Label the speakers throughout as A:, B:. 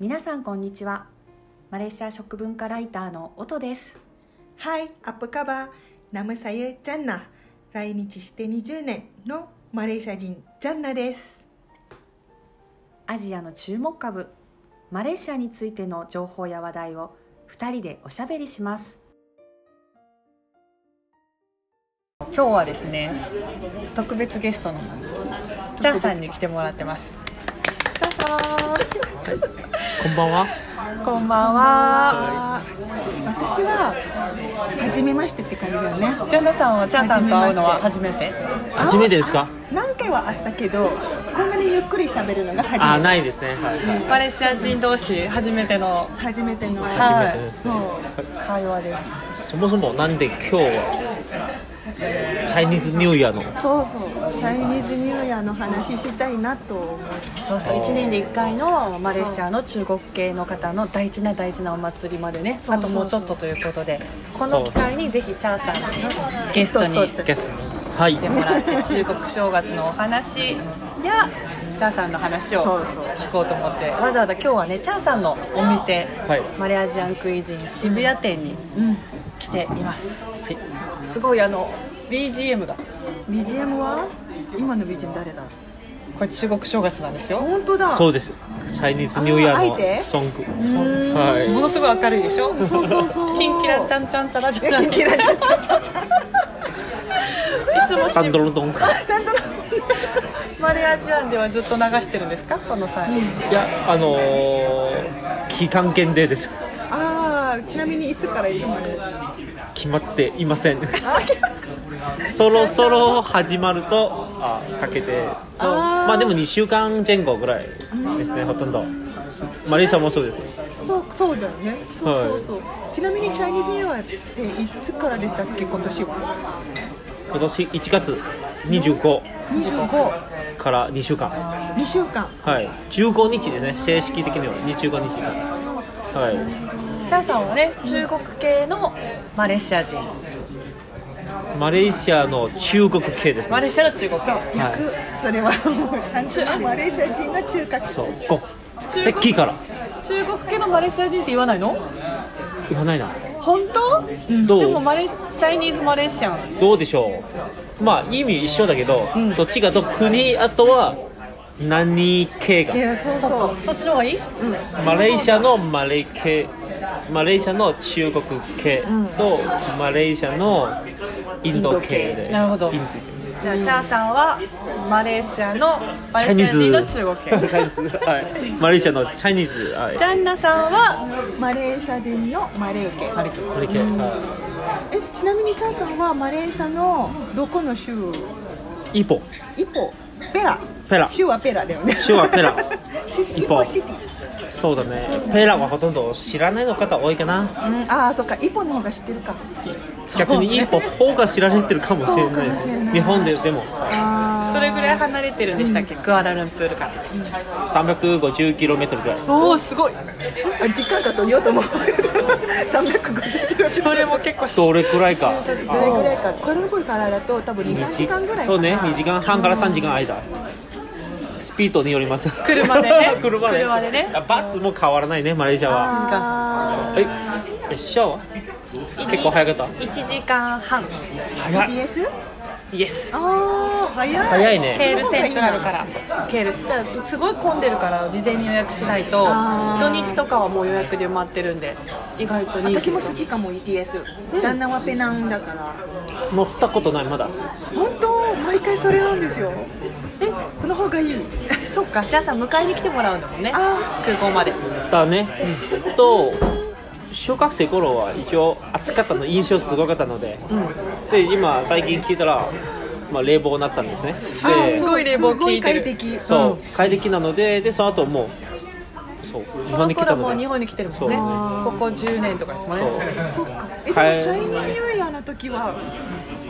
A: 皆さんこんにちはマレーシア食文化ライターの音です
B: Hi, apa khabar? Nama saya Janna. 来日して20年のマレーシア人ジャンナです。
A: アジアの注目株マレーシアについての情報や話題を2人でおしゃべりします今日はですね特別ゲストのチャンさんに来てもらってますチャンさ
C: こんばんは。
A: んこんばんは
B: あー私は初めましてって感じだよね。
A: ジャンナさんはチャンさんと会うのは初めて
C: 初めてですか。
B: 何回はあったけど、こんなにゆっくり喋るのが初めて。
C: あ、ないですね。はい
A: マレーシア人同士初めての
B: 初めての。
A: は
C: 初めてですね。
A: 会話です
C: そもそもなんで今日は。チャイニーズニューイヤーの。
B: そうそう、チャイニーズニューイヤーの話したいなと思って。
A: そうそう1年で1回のマレーシアの中国系の方の大事な大事なお祭りまでね
B: う
A: あともうちょっとということでこの機会にぜひチャンさんにゲストに
B: そう
A: 来
C: ゲストはい。
A: てもらって中国正月のお話やチャンさんの話を
B: そうそう
A: 聞こうと思ってわざわざ今日はねチャンさんのお店、
C: はい
A: マレーアジアンクイズン渋谷店に
B: うん。
A: 来ています
C: はい。
A: すごいあの BGM が
B: BGM は今の BGM 誰だ。
A: これ中国正月なんですよ
B: 本当だ。
C: そうです。チャイニーズニューイヤー
B: あえて
C: のソング。
B: ん
C: はい。
A: ものすごい明るいでしょ
B: そうそうそう。
A: キンキラちゃんちゃんちゃらじゃ
B: え。
A: ない
B: キンキラちゃんちゃんちゃんちゃん。
A: いつもし
C: サンドロドン。い
B: なんとなく
A: マレーアジアンではずっと流してるんですかこの際、
C: や、あのー期間限定です。
B: ああ、ちなみにいつからいつまで。
C: 決まっていません。
B: あ
C: そろそろ始まると、あ、かけての。
B: あー
C: まあ、でも二週間前後ぐらいですね。ほとんど。マレーシアもそうです。
B: そう、そうだよね。そうそうそう。ちなみにチャイニーズニューイヤーっていつからでしたっけ、今年は。
C: 今年1月25
B: 25、
C: から2週間
B: 2週間。
C: はい15日ですね正式的には25日は
A: チャーさんはね中国系のマレーシア人
C: いマレーシアの中国系です
A: マ
C: ね
A: レーシアの中国系です
C: は
B: 逆、それはもう単純にマレーシア人が中華
C: そうご石器から
A: 中国系のマレーシア人って言わないの
C: 言わないな
A: 本当、
C: どう
A: でもマレーシチャイニーズマレーシアン
C: どうでしょうまあ意味一緒だけど、
A: ん
C: どっちかと国あとは何系が
B: いやそうそう
A: そっちの方がいい
C: マレーシアのマレー系マレーシアの中国系と、マレーシアのイン
A: インド
C: ド系
A: 系
C: で
A: なるほど
C: インズ
A: じゃあチャーさんはマレーシアのマ
C: チ
A: レ
C: ャイ
A: ーシ
C: ニー
A: ア
C: ズ
A: 人の中国系
C: チャイニーズはいマレーシアのチャイニーズはい
A: ジャンナさんは
B: マレーシア人のマレー系
A: マレー系
C: マレー系は
B: えちなみにチャンさんはマレーシアのどこの州
C: いイポ
B: イポペラ
C: ペラ
B: 州はペラだよね
C: 州は ペラ
B: シティイ
C: イポ
B: ポシティ
C: そうだねペラはほとんど知らないの方多いかな
B: うんああそっかイポの方が知ってるか
C: 逆にイポ方が知られてるかもしれないで
B: そうかもし
C: す
B: れない
C: 日本ででも
B: あ
A: どれぐらい離れてるんでしたっけ、クアラルンプールから
C: 350km ぐらい
A: おおすごい
B: あ時間かと言おうと 思う350キロ
A: それも結 構し
C: どれくらいか
B: それぐらいかクアラルンプールからだと多分23時間ぐらいかな
C: そうね2時間半から3時間間スピードによります
A: 車でね
C: 車で
A: 車でね
C: あバスも変わらないねマレーシアは
B: あ
C: え列車は結構早かった
A: 1時間半
C: 早
B: ー DS?
A: イエス
B: あー早い
C: 早いね
A: ケールセントラルからケールじゃあすごい混んでるから事前に予約しないと
B: あ
A: 土
B: ー
A: 日とかはもう予約で埋まってるんで意外と人気
B: 私も好きかも ETS、旦那はペナンだから
C: 乗ったことないまだ
B: 本当毎回それなんですよ
A: え
B: その方がいい
A: そっかじゃあさ迎えに来てもらうんだもんね
B: あ
A: 空港まで
C: だね、と小学生頃は一応暑かったの印象すごかったので、で今最近聞いたら、まあ、冷房になったんですね
B: ー
A: す
C: で
A: ごい冷房効いてる
B: すごい快適
C: そう、快適なのででその後もうそう日
A: そ
C: 本
A: の
C: に来た
A: 頃も
C: の
A: う日
C: で
A: 本に来てるもんね
C: そう
A: ここ10年とかですもん
C: そう
A: ね
B: そっかえでもチ
C: 帰る
B: ャイニーズニューイヤーの時は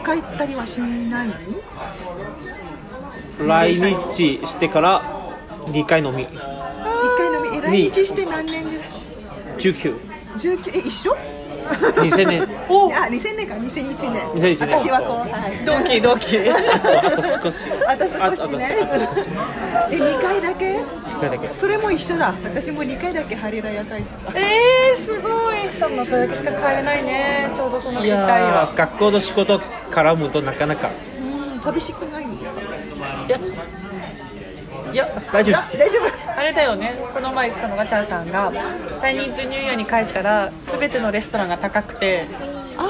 B: 帰ったりはしない
C: 来日してから2回のみ
B: 一回のみえ来日して何年ですか
C: 19
B: 19え一緒
C: 2000年
A: お
B: あ2000年か2001年
C: 2001年
B: 私は後輩
A: ドキドキ
C: あと少し
B: あと少しね
C: あとあと少し
B: え2回だけ
C: 一回だけ
B: それも一緒だ私も2回だけハリラヤ会とか
A: えー、すごいさんもそれだけしか帰れないねちょうどその
C: い
A: ぴったり
C: や
A: は
C: ー学校の仕事絡むとなかなか
B: うん寂しくないんですか
C: いやいや大丈夫
B: あ大丈夫
A: あれだよねこの前言ってたのがチャンさんがチャイニーズニューイヤーに帰ったら全てのレストランが高くて
B: あ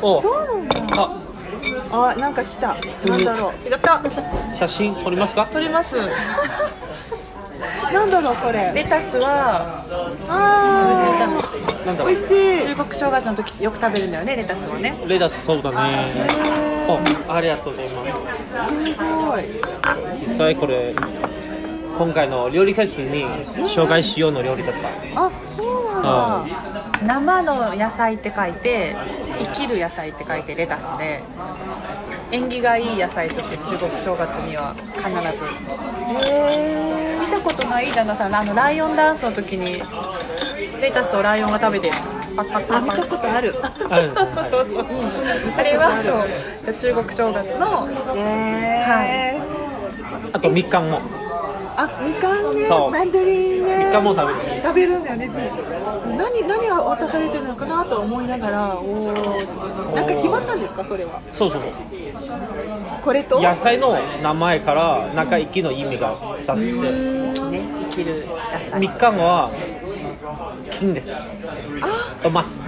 C: お
B: ーそうなんだ
C: あ
B: あなんか来たなんだろ
A: やった
C: 写真撮りますか
A: 取ります
B: うなんだろうこれ
A: レタスは
B: あ
C: なんだ
B: ー
C: ろ
B: 美味しい
A: 中国正月の時よく食べるんだよねレタスはね
C: うレーダーそうだね
B: え
C: おありがとうございます
B: ーすごい
C: 実際これ今回の料理教室に紹介しようの料理だった
B: あそうなんだ
A: 生の野菜って書いて生きる野菜って書いてレタスで縁起がいい野菜として中国正月には必ず
B: へ
A: 見たことない旦那さんあのライオンダンスの時にレタスをライオンが食べてパッパッ
B: ー
A: パ
B: あ
A: ッ
B: 見
A: パ
B: た
A: ッ
B: ことある
C: あるんで
A: そう
C: すね
A: そうそうそう、あれはそうじゃあ中国正月の
B: へー
C: あとみかんも
B: あみかんね
C: そう
B: マンドリンね
C: みかんも食べて
B: 食べるんだよねずっと何何が渡されてるのかなと思いながらおーなんか決まったんですかそれは
C: そうそう
B: これ
C: そ
B: と
C: う野菜の名前から中行きの意味がさせて
A: ね生きる野
C: み
A: 菜
C: かんは金ですあます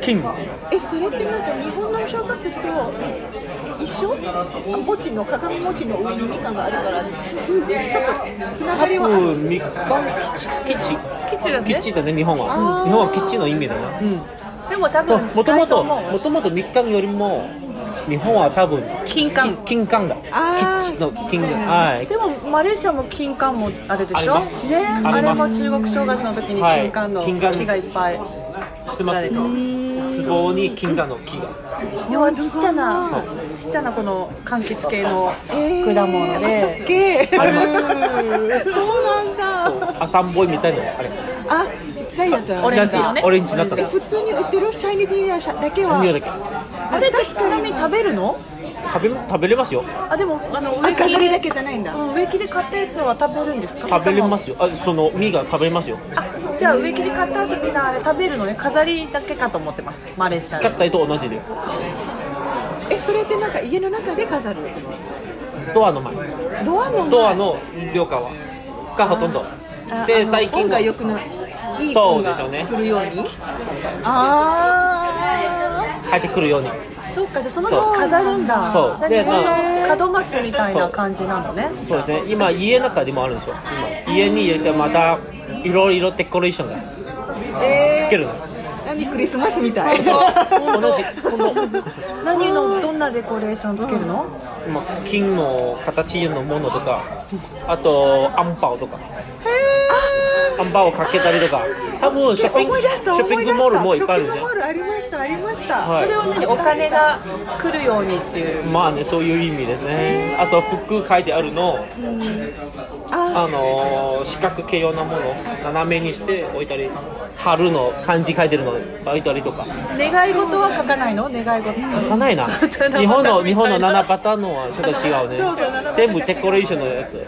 C: 金
B: えそれってなんか日本のお正月と一緒あ餅の鏡餅の上にみかんがあるからちょっとつながりはある
C: うんみかん吉吉
A: 基地だね
C: 吉だね日本
B: あ
C: は
B: ー
C: 日本は吉の意味だね
A: でも多
C: と
A: 分
C: もと
A: 近
C: も
A: いと
C: と
A: 思う
C: もともとみかんよりも日本は多分
A: 金柑
C: き金柑だ
B: あー
C: 吉の金
B: ちっちゃい
C: 柑
B: の
C: はい
A: でもマレーシアも金柑もあれで
C: あり
A: しょ
C: ます
A: ね
C: あり
A: あ
C: ます
A: れも中国正月の時に
C: は
A: 金
C: い
A: 柑の
C: 金柑
A: 木がいっぱい
C: 知ってます
A: 誰か
C: 壺に金柑の木が
A: でもちっちゃな
C: そ
A: ちっちゃなこの柑橘系の
B: えー
A: 果物
B: あったっ
A: で、
B: け
C: あれ
B: そうなんだ
C: アサンボイみたいなあれ
B: あちっちゃいやつ
A: オ
B: は
A: レンジのね
C: オレンジになった
A: オレ
B: え
A: ンジ
B: 普通に売ってるチャイニーズニューイヤーだけは
C: 匂いだけ
A: あれってちなみに食べるの
C: 食べ食べれますよ
A: あでもあの
B: あ
A: 植木
B: 飾りだ
A: で
B: けじゃないんだ
A: うん植木で買ったやつは食べるんですか
C: 食べれますすよあその実が食べれますよ
A: あじゃあ植木で買った後みんなあれ食べるのね飾りだけかと思ってましたマレーシア
C: ガ
A: で
C: ッチャイと同じで
B: えそれってなんか家の中で飾る
C: ドアの前
B: ドアの前
C: ドアの両側がほとんど
B: ああ
C: で
B: の
C: 最近
B: 運が良くないいい
C: そう
B: 運
C: で
B: が
C: しょうね
B: 来るようにあ
C: 入ってくるように
A: そっかじゃあその時飾るんだ
C: そう
A: 何
C: で
B: な
A: 門松みたいな感じなのね
C: そうですね今家の中でもあるんですよ今家に入れてまたいろいろデコレーションが
B: あえー
C: つけるの
B: 何クリスマスみたい
C: 同じこの
A: 何のどんなデコレーションつけるの、
C: まあ金の形のものとかあとアンパオとかアンパオをかけたりとか多分ショッピン
B: 思
C: グ
B: い
C: シ
B: 出した
C: ョッ
B: 思
C: ピン
B: い出
C: グ
B: した
C: モールもいっぱいあるんです
B: ショッピングモー
C: よ
B: ルありましたありました、
C: はい
B: それを
A: 何お金が来るようにっていう
C: まあねそういう意味ですねあと服書いてあるのを
B: あ
C: あのー四角形用なものを斜めにして置いたり春の漢字書いてるの置いたりとか
A: 願い事は書かないの願い事
C: 書かないな日本の日本の7パターンのはちょっと違うね
B: そうそう七パターンが違う
C: 全部デコレーションのやつ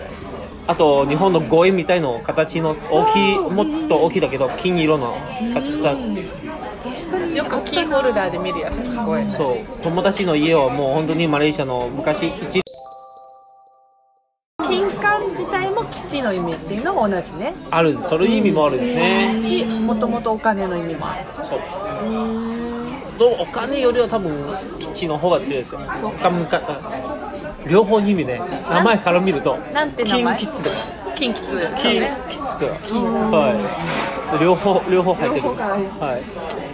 C: あと日本の五円みたいの形の大きいもっと大きいだけど金色の形
B: 確かに
A: よくキーホルダーで見るやつすごい
C: そう友達の家はもう本当にマレーシアの昔一
A: 金柑自体も基地の意味っていうのも同じね
C: あるそういう意味もあるんですね
A: しもともとお金の意味もある
C: そうどうお金よりは多分基地の方が強いですよかむか両方に意味ね名前から見ると
A: なんて名前
C: 金吉だから
A: 金吉そう
C: 金
A: ね
C: きつくはい両方両方入ってる
B: 両方が
C: はい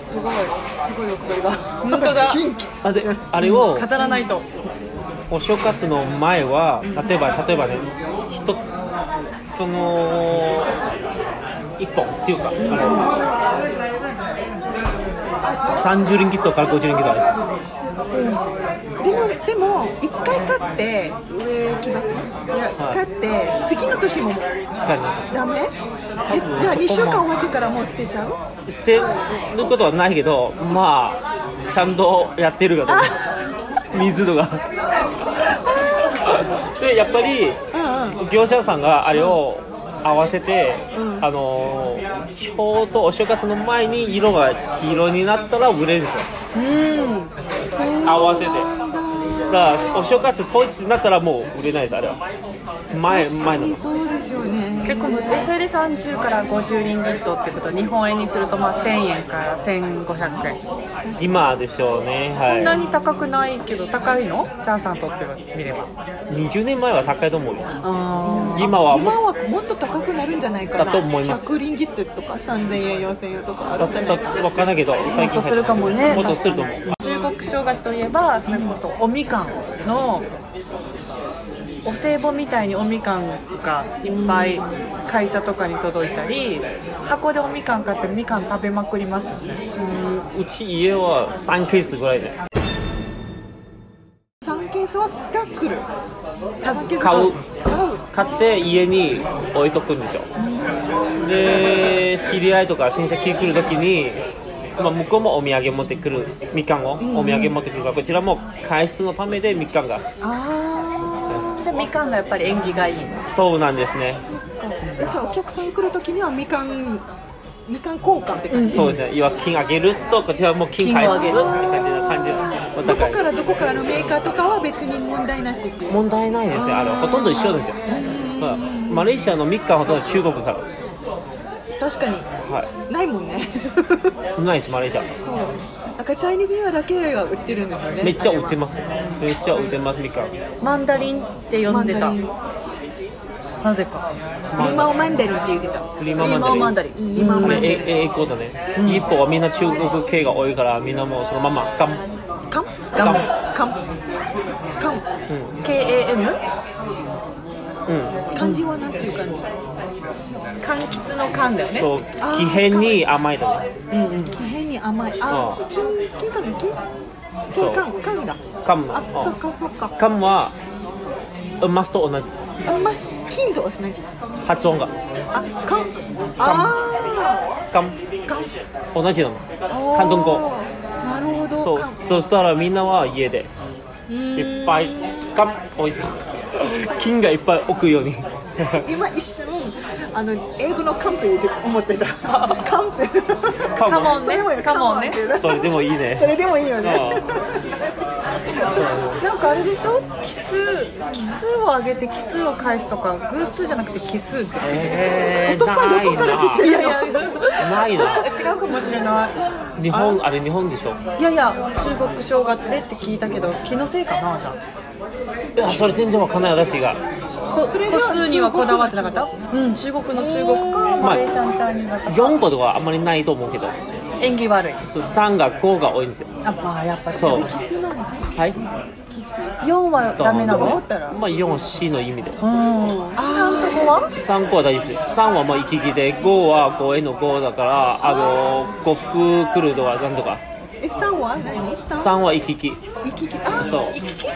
B: すごいすごいよこれが
A: 本当だ
B: 金吉
C: あであれを
A: 飾らないと
C: お正月の前は例えば例えばね一つその一本っていうかあれ30リンギットから50リンギットあ
B: でもでも一回勝って上奇抜いや勝って次の年も
C: る近いね
B: ダメえじゃあ2週間終わってからもう捨てちゃう
C: 捨てることはないけどまあちゃんとやってるかと思う水とかでやっぱり
B: うん
C: 業者さんがあれを合わせて、あのー表とお正月の前に色が黄色になったら売れるんですよ
A: うん
B: うん
C: 合わせて
B: なんだ
C: だからお正月当日になったらもう売れないですあれは前前の
B: そうですよね
A: 結構難しいえそれで30から50リンギットってこと日本円にするとまあ1000円から1500円、
C: 今でしょうね
A: そんな
C: は
A: に高くないけど高いのチャンさんとってみれば
C: い20年前は高いと思うよ
A: あ
C: 今はも
B: 今はもっと高くなるんじゃないかな
C: だと思います
B: 100リンギットとか3000円4000円とかあ
C: だ
B: る
C: っ
B: んじ
C: た
B: ゃないかな
C: 分かんないけど
A: ーもっとするかもね
C: もっとすると思う
A: 中国正月といえばそれこそおみかんのお歳暮みたいにおみかんがいっぱい会社とかに届いたり箱でおみかん買ってみかん食べまくりますよね
C: うち家は3ケースぐらいで
B: 3ケースはが来る3ケース
C: 買う
B: 買う
C: 買って家に置いとくんですよで知り合いとか親戚来るときに、まあ、向こうもお土産持ってくるみかんをお土産持ってくるからこちらも回数のためでみかんが
B: あ
A: それみかんがやっぱり縁起がいいの
C: そうなんですね
B: あじゃあお客さん来るときにはみかんみかん交換って感じ、
C: そうですね要は金あげるとこちらも金返すって
A: 金を
C: 感じな感じな
B: ど
C: お
B: こ
C: 互い
B: からどこからのメーカーとかは別に問題なしっていう
C: 問題ないですねあれはほとんど一緒ですよ、まあ、マレーシアのみかんほとんど中国から
B: 確かに
C: はい
B: ないもん ね
C: うまいですマレーシア
B: そうなんかチャイニーズニューイヤーだけが売ってるんですよね
C: めっちゃ売ってますめっちゃ売ってますみかん
A: マンダリンって呼んでたなぜか
B: マンダリンリマオマンダリンって言ってた
C: フリーマ
A: リ
C: ー
A: マオマ
C: マ
A: ン
C: ン
A: ダ
C: ダ
A: リ
C: リ
A: ン
C: ン
A: リマオマンダリン
C: ええ英語だね、一方はみんな中国系が多いからみんなもうそのままガン
B: カン
A: ガム
B: カンカン
A: KAM?
C: うん
B: 漢字はなんていう感じ
A: 柑橘の柑だよね
C: そう
B: あー
C: 気変に甘いだね
B: 変に甘いあ
C: あ
B: 金金柑の金
C: そう
B: 金柑柑だ
C: カン
B: あそっ
C: は
B: かそっか
C: カンはマスと同じ
B: あまあ金とはしない
C: 発音が
B: あカンあ
C: カン
B: ーカン
C: 同じなの広東語
B: なるほど
C: そう
B: カン
C: そしたらみんなは家で
B: うーん
C: いっぱいカン置いて金がいっぱい置くように
B: 今一瞬あの英語のカンって言って思って たカンって
C: カ
A: カモン
B: それもいい
A: ねカモンね
B: カモンって
C: それでもいいね
B: それでもいいよね
A: なんかあれでしょ奇数奇数を上げて奇数を返すとか偶数じゃなくて奇数って
C: え
B: お父さんどこから知ってるの
C: ないな
A: 違うかもしれない
C: 日本あれ日本でしょ
A: いやいや中国正月でって聞いたけど気のせいかなじゃん
C: いやそれ全然わかんない私が
A: こ
B: れで
A: 個
B: は
A: 数にはこだわってなかったうん中国の中国かマレーシアンチャイニーズだったか
C: 4個とかはあんまりないと思うけど
A: 縁起悪い
C: そう3が5が多いんですよ
A: あまあやっぱ
C: そう
A: 4
B: キスなの
C: はい
A: はダメな
B: 思
A: の
B: ったら
C: まあ4は C の意味で
A: うん3と5は
C: 3個は大丈夫です3はまあ行き来で5は5への5だからあの5服来るとかなんとか
B: え三は何三
C: 3は行き来
B: 行き来あ
C: そう
B: 行き来
C: う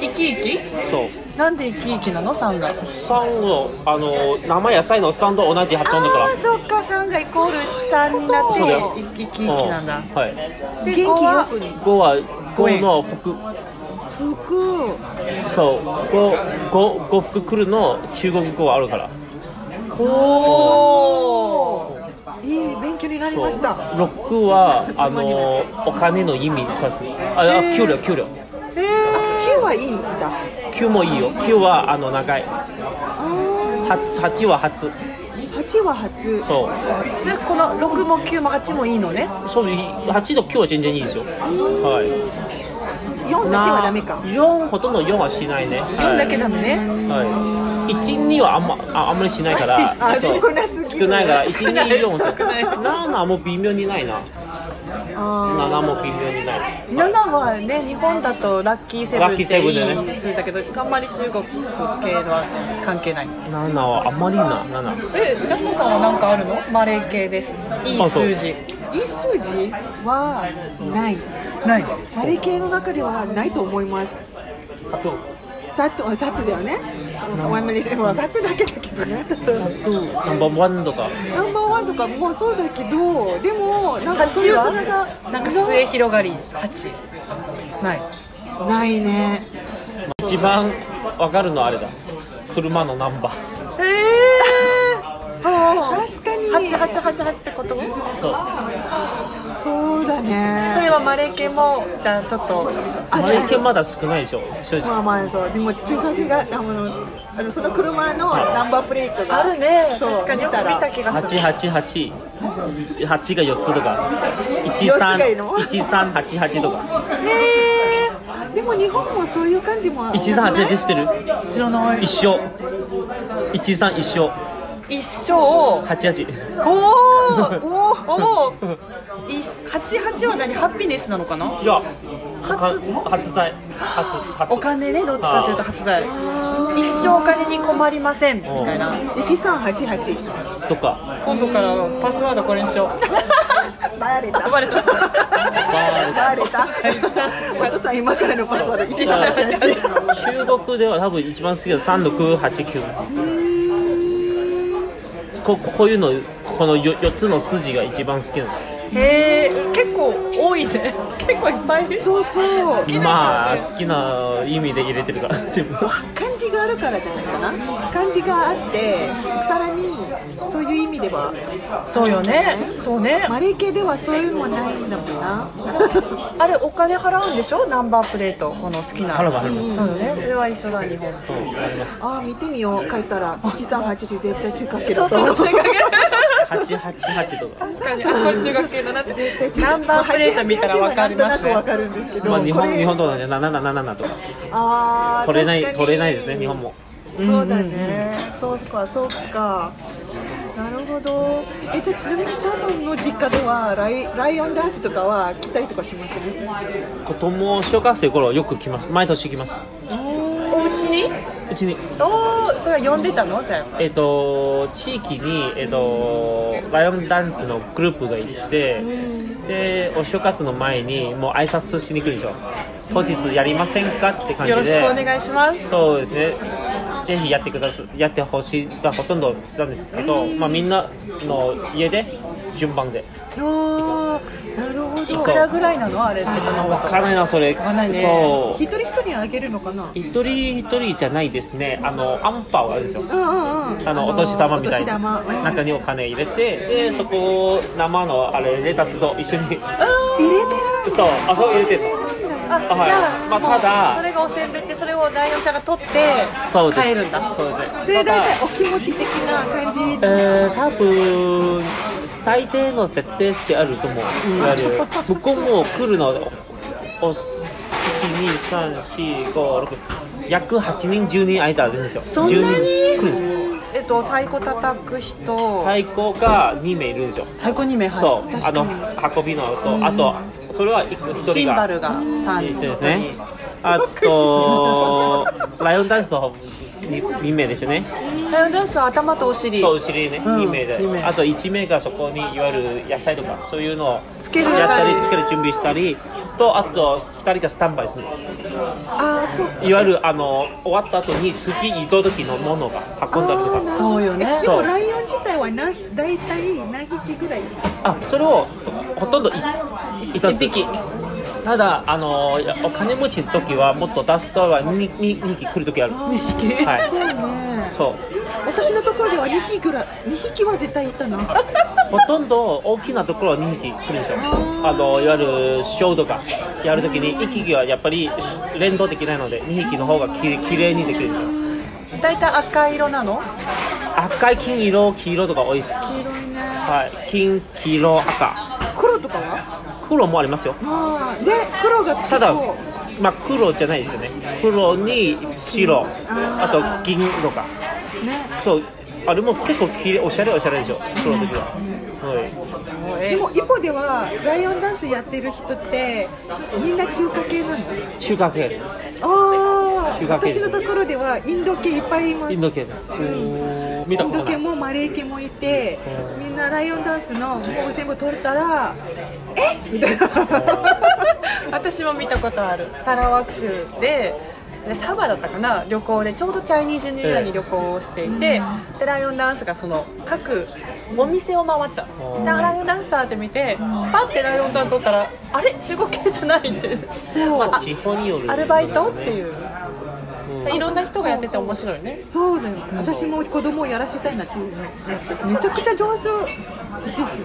A: 生き生き
C: んそう
A: なんで生き生きなの3が
C: 3のあの生野菜の3と同じ発音だから
A: あーそっか3がイコール3になって
C: そうだよ
A: 生き生きなんだ
C: うんはい
A: で
B: 元気
A: 5
B: よ
A: は
B: くに
C: 5は5の服
B: 服
C: そう5五五服来るの中国語があるから
A: おお
B: いい勉強になり
C: そう
B: ました
C: ロックはあのお金の意味さすああ給料給料
A: え
B: 九はいいんだ
C: 給もいいよ給はあの長い
B: あ
C: 八八は初
B: ー八は初
C: そ
A: ー、でこの6も9も8もいいのね
C: うそうい八と九は全然いいですよはい
B: 四だけはダメか
C: 四ほとんど四はしないね
A: 4だけ
C: だ
A: ダメね
C: はい一二はあんまああんまりしないから
B: あ
C: そう
B: 少なすぎる
C: 少ないから一
A: 少ない
C: 二四
A: 少ない
C: 七も微妙にないな
B: あ
C: 七も微妙にない
A: 7はね日本だとラッキーセブン
C: ラッ
A: って
C: キーセブンでね
A: いいついたけどあんまり中国系は関係ない
C: 七はあんまりいいな七
A: えジャンナさんは何かあるのマレー系ですいい
C: あそう
A: 数字
B: ーいい数字はない
A: ない
B: マレー系の中ではないと思います
C: 砂糖
B: サットあサットだよねそうそうマレーシアはサットだけだけってね
C: ナンバーワンとか
B: ナンバーワンとかもそうだけどでもなんかそ
D: 八
B: れ
D: は
B: ぞれが
D: なんか末広がり八。
A: ない
B: ないね
C: 一番わかるのあれだ車のナンバー
D: ええー。
B: 確かに
A: 八八八八ってこと？
C: そう
B: そうだ
A: そ
B: ね
A: れはマレー系もじゃあちょっと
B: あ
C: 最近まだ少ないでしょ正直
B: まあまあそうでも中華系があのあのその車のナンバープレートが
A: あるね。
B: そう
A: 確かによく見た気がす
C: 八
A: る。
C: 八八八が四つとか一
B: 四つがいい
C: 三
B: の
C: 一三八八とか
B: でも日本もそういう感じも
C: 一三八八知ってる
A: 知らない
C: 一。緒一三一緒
D: 一生。お
C: 八八
D: お。
B: おー
D: おお。い八八は何ハピネスなのかな？
C: いや
A: 初
C: か初財初初
A: お金ねどっちかというと発財。一生お金に困りませんみたいな。
B: 1388
C: とか
A: 今度からパスワードこれにしよ
B: バレた
D: バレた。
B: バレたお父さん今からのパスワード1388
C: 中国では多分一番好きな三六八九こここういうのこのよ四つの筋が一番好きなの
D: へえ。結構多いね。 結構いっぱい。
B: そうそう
C: まあ好きな意味で入れて るから自分
B: 漢字があるからじゃないかな漢字があってさらにそういう意味では
A: そうよね。そうね。
B: マレー系ではそういうのもないんだもんな
A: あれお金払うんでしょ？ナンバープレートこの好きな。
C: 腹があります
A: そうよね。それは一緒だ日本。
C: うんあります
B: あー見てみよう書いたら1388絶対中華系
A: そう
B: だと
A: そ
B: 思
A: う。
B: う
C: 八八八とか
D: 確かに。あ中学系のなって。
A: ナンバープレート見たらわかりますね
B: なんとなくわかるんですけど、
C: まあ日
B: こ
C: 本
B: れ
C: 日本と同じ七七七とか
B: あー
C: 取れない
B: 確かに
C: 取れないですね日本も
B: そうだね、そうかそうかなるほどえじゃあちなみにチャーさんの実家ではライライオンダンスとかは来たりとかしますね
C: 子供を小学生の頃よく来ます毎年来ます
A: お家に？
C: うちに
A: おお、それは呼んでたのじゃあ。
C: えっと地域に、えっと、ライオンダンスのグループがいて、でお正月の前にもう挨拶しに来るでしょ当日やりませんかって感じで
A: よろしくお願いします。
C: そうですねぜひやってくださやってほしいがほとんどなんですけど、まあ、みんなの家で順番で
B: ああなるほど
A: いくらぐらいなのあれって
C: あ
A: 卵
C: 分からないなそれ
A: かんないね
C: そう
B: 一人一人あげるのかな
C: 一人一人じゃないですねあのアンパンあるんですよ
B: うんうんうん
C: あのお年玉みたい
B: お年
C: な
B: 玉うん
C: 中にお金入れてでそこを生のあれレタスと一緒に
B: 入れてる
C: そうあそう入れてる
A: あ、じ
C: はい
A: ゃあ、
C: まあ
A: もう
C: ただ
A: それがおせん別でそれをライオンちゃんが取って
C: そうです
A: 帰るんだ
C: そうです
B: で大
C: ただ
B: 体お気持ち的な感じ
C: えー、多分最低の設定してあると思う、ある向こうも来るのお12345約8人10人間です
A: そん
C: よ
A: なに
C: 10人来るんですよ
A: えっと、太鼓叩く人
C: 太鼓が2名いるんですよ
A: 太鼓2名入る
C: そうあの運びのとあとそれは一人が
A: シンバルが
C: えっ
A: 3
C: と
A: 人
C: です
A: 1
C: ね
A: 人、
C: あと ライオンダンスの2名ですよね
A: ライオンダンスは頭とお尻
C: とお尻ね、
A: うん
C: 2名で
A: 二名
C: あと1名がそこにいわゆる野菜とかそういうのを
A: つける
C: やったりつける準備したりとあと2人がスタンバイするの
B: ああそう
C: いわゆるあの終わった後に次移動時のものが運んだりと
B: あーなるほど
C: か
A: そうよね
B: えで
C: そ
B: も
C: う
B: ライオン自体は何大体何匹ぐらい
C: あそれをほとんどい1
A: 1
C: つ
A: 匹
C: ただあのいやお金持ちの時はもっと出すとは 2, 匹来る時ある
B: そう
C: はい
B: ね
C: そう
B: 私のところでは2匹ぐらい2匹は絶対いたな
C: ほとんど大きなところは2匹来るでしょあのいわゆるショーとかやるときに1匹はやっぱり連動できないので2匹の方がききれいにできるでしょ
A: 大体赤色なの
C: 赤い金色黄色とか多いです
B: 黄色いね
C: はい金黄色赤
B: 黒とかは
C: 黒もありますよ
B: あーで黒が結構
C: ただまあ黒じゃないですよね黒に白あと銀とか
B: ね
C: そうあれも結構きれいおしゃれおしゃれでしょ黒の時は、はい、
B: でも一方ではライオンダンスやってる人ってみんな中華系なの
C: 中華系
B: ああ
C: 中華系
B: 私のところではインド系いっぱいいます
C: インド系見た
B: イン
C: こと
B: ド
C: な
B: 系
C: い
B: もマレー系もいてみんなライオンダンスのもう全部取れたらえみたいな
A: 私も見たことあるサラワーク州ででサバだったかな旅行でちょうどチャイニーズニューイヤーに旅行をしていて、でライオンダンスがその各お店を回ってたの
C: うん
A: であライオンダンスだって見てパッてライオンちゃん撮ったらあれ中国系じゃないって
B: そう
A: まあ
C: 地方による
A: アルバイトっていう
C: うん
A: いろんな人がやってて面白いね
B: そうだよ、私も子供をやらせたいなっていうのめちゃくちゃ上手ですよ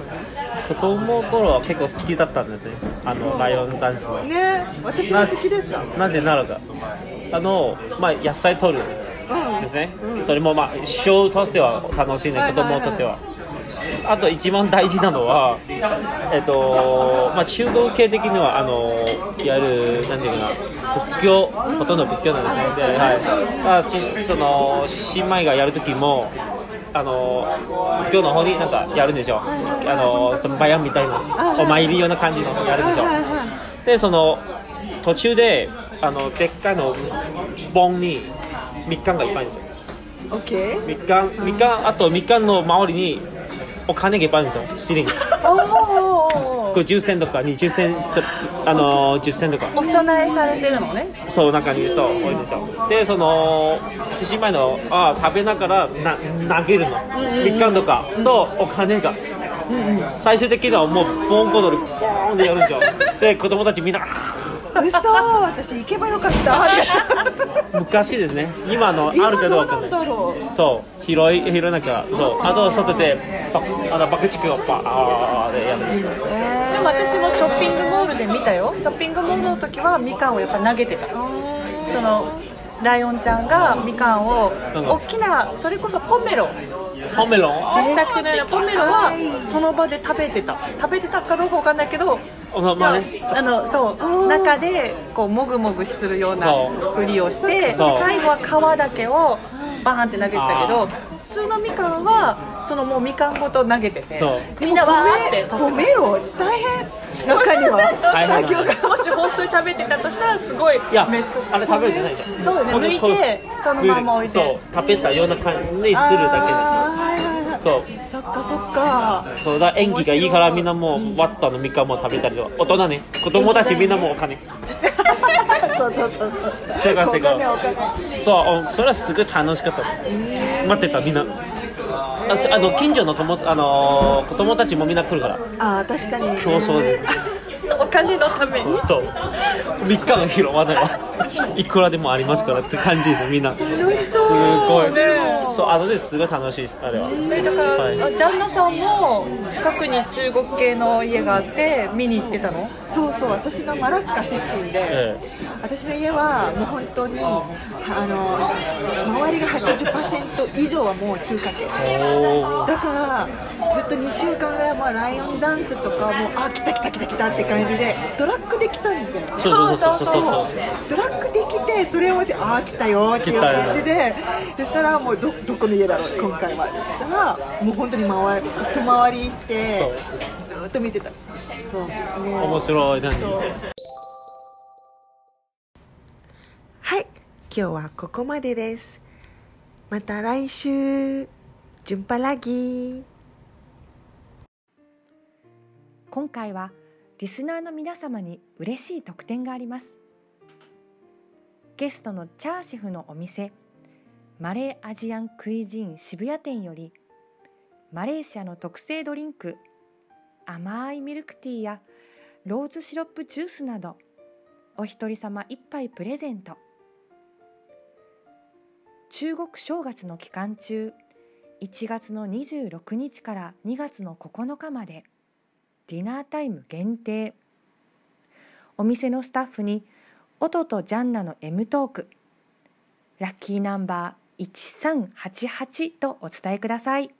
C: 子供の頃は結構好きだったんですねあのライオンダンスの
B: ねね私も好きでした
C: なぜならばあの、まあ、野菜取る
B: うん
C: ですね、
B: うん
C: それもまあショーとしては楽しいね
B: はい
C: 子供にとっては。あと一番大事なのは、えっとまあ、中国系的にはあのいわゆるなんていうかな仏教ほとんど仏教なんですねで、はいまあ、しその新米がやる時もあの仏教の方になんかやるんでしょあの参拝屋みたいなお参りような感じのやるでしょ
B: はいはい
C: でその途中であのでっかいの盆にみかんがいっぱいあるんですよ
B: オッケー
C: みかんみかんあとみかんの周りにお金がいっぱいあるんですよシリング
A: お
C: 50銭とか20銭そあのー10銭とか
A: お供えされてるのね
C: そう中にそう多いんですよでその獅子舞のあー食べながらな投げるのみかんとかとお金が最終的にはもうボンコドルボーンってやるんですよで子供たちみんなあー
B: 嘘私行けばよか った
C: 昔ですね今のある程度は分かん
B: 今どうなんだ
C: ない
B: ろ
C: そう広い広い中そうあと外でバあの爆竹をバーでやる
B: う、え
A: でも私もショッピングモールで見たよショッピングモールの時はみかんをやっぱ投げてたそのライオンちゃんがみかんを
C: うん
A: 大きなそれこそポメロ
C: ホメロン
A: さっきのようなポメロはその場で食べてた食べてたかどうかわかんないけど
C: おままあね
A: あのそう中でこうもぐもぐするような
C: そ
A: ふ
C: う
A: りをしてで
C: そう
A: 最後は皮だけをバーンって投げてたけ
C: あ
A: ど普通のみかんはそのもうみかんごと投げてて
C: そう
A: みんなわーって取
B: 褒
A: って
B: めろ大変中に は
C: 大変
A: 作業がもし本当に食べてたとしたらすごい
C: いや
A: めっちゃ
C: あれ食べるじゃないじゃん
A: そうよね
C: この
A: 抜いて
C: この
A: そのまま置いて
C: そう食べたような感じにするだ
B: あーはいはいは
C: けでそう
B: いそっかそ っか
C: そうだ演技がいいからみんなもう割ったのみかんも食べたりとか大人ね子供たちみんなもうお金
B: そうそう そうそう
C: 小学生
B: お金お
C: が
B: 金
C: そううんそれはすごい楽しかった待ってたみんなあそあの近所の友あのー子供たちもみんな来るから
B: あー確かに
C: 競争で
A: お金のために
C: そう3日の拾わないわいくらでもありますからって感じですよみんなすごいそうあのですごい楽しいですあれは
A: えだから、
C: はい
A: あジャンナさんも近くに中国系の家があって見に行ってたの
B: そうそう私がマラッカ出身で、
C: え
B: 私の家はもう本当にあの周りが80%以上はもう中華系
C: おー
B: だからずっと2週間ぐらいもうライオンダンスとかもうあ来た来た来た来たって感じでドラッグできたんだよ
C: そうそうそうそうそうそう
B: ドラッグできてそれを見てああ来たよっていう感じでそしたらもうどどこの家だろう今回はって言ったらもう本当に回り一回りしてずーっと見てたそうもう
C: 面白いな
B: はい今日はここまでですまた来週ジュンパラギー
E: 今回はリスナーの皆様に嬉しい特典がありますゲストのチャーシェフのお店マレーアジアンクイジン渋谷店よりマレーシアの特製ドリンク甘いミルクティーやローズシロップジュースなどお一人様一杯プレゼント中国正月の期間中1月の26日から2月の9日までディナータイム限定お店のスタッフに音とジャンナの M トークラッキーナンバー1388とお伝えください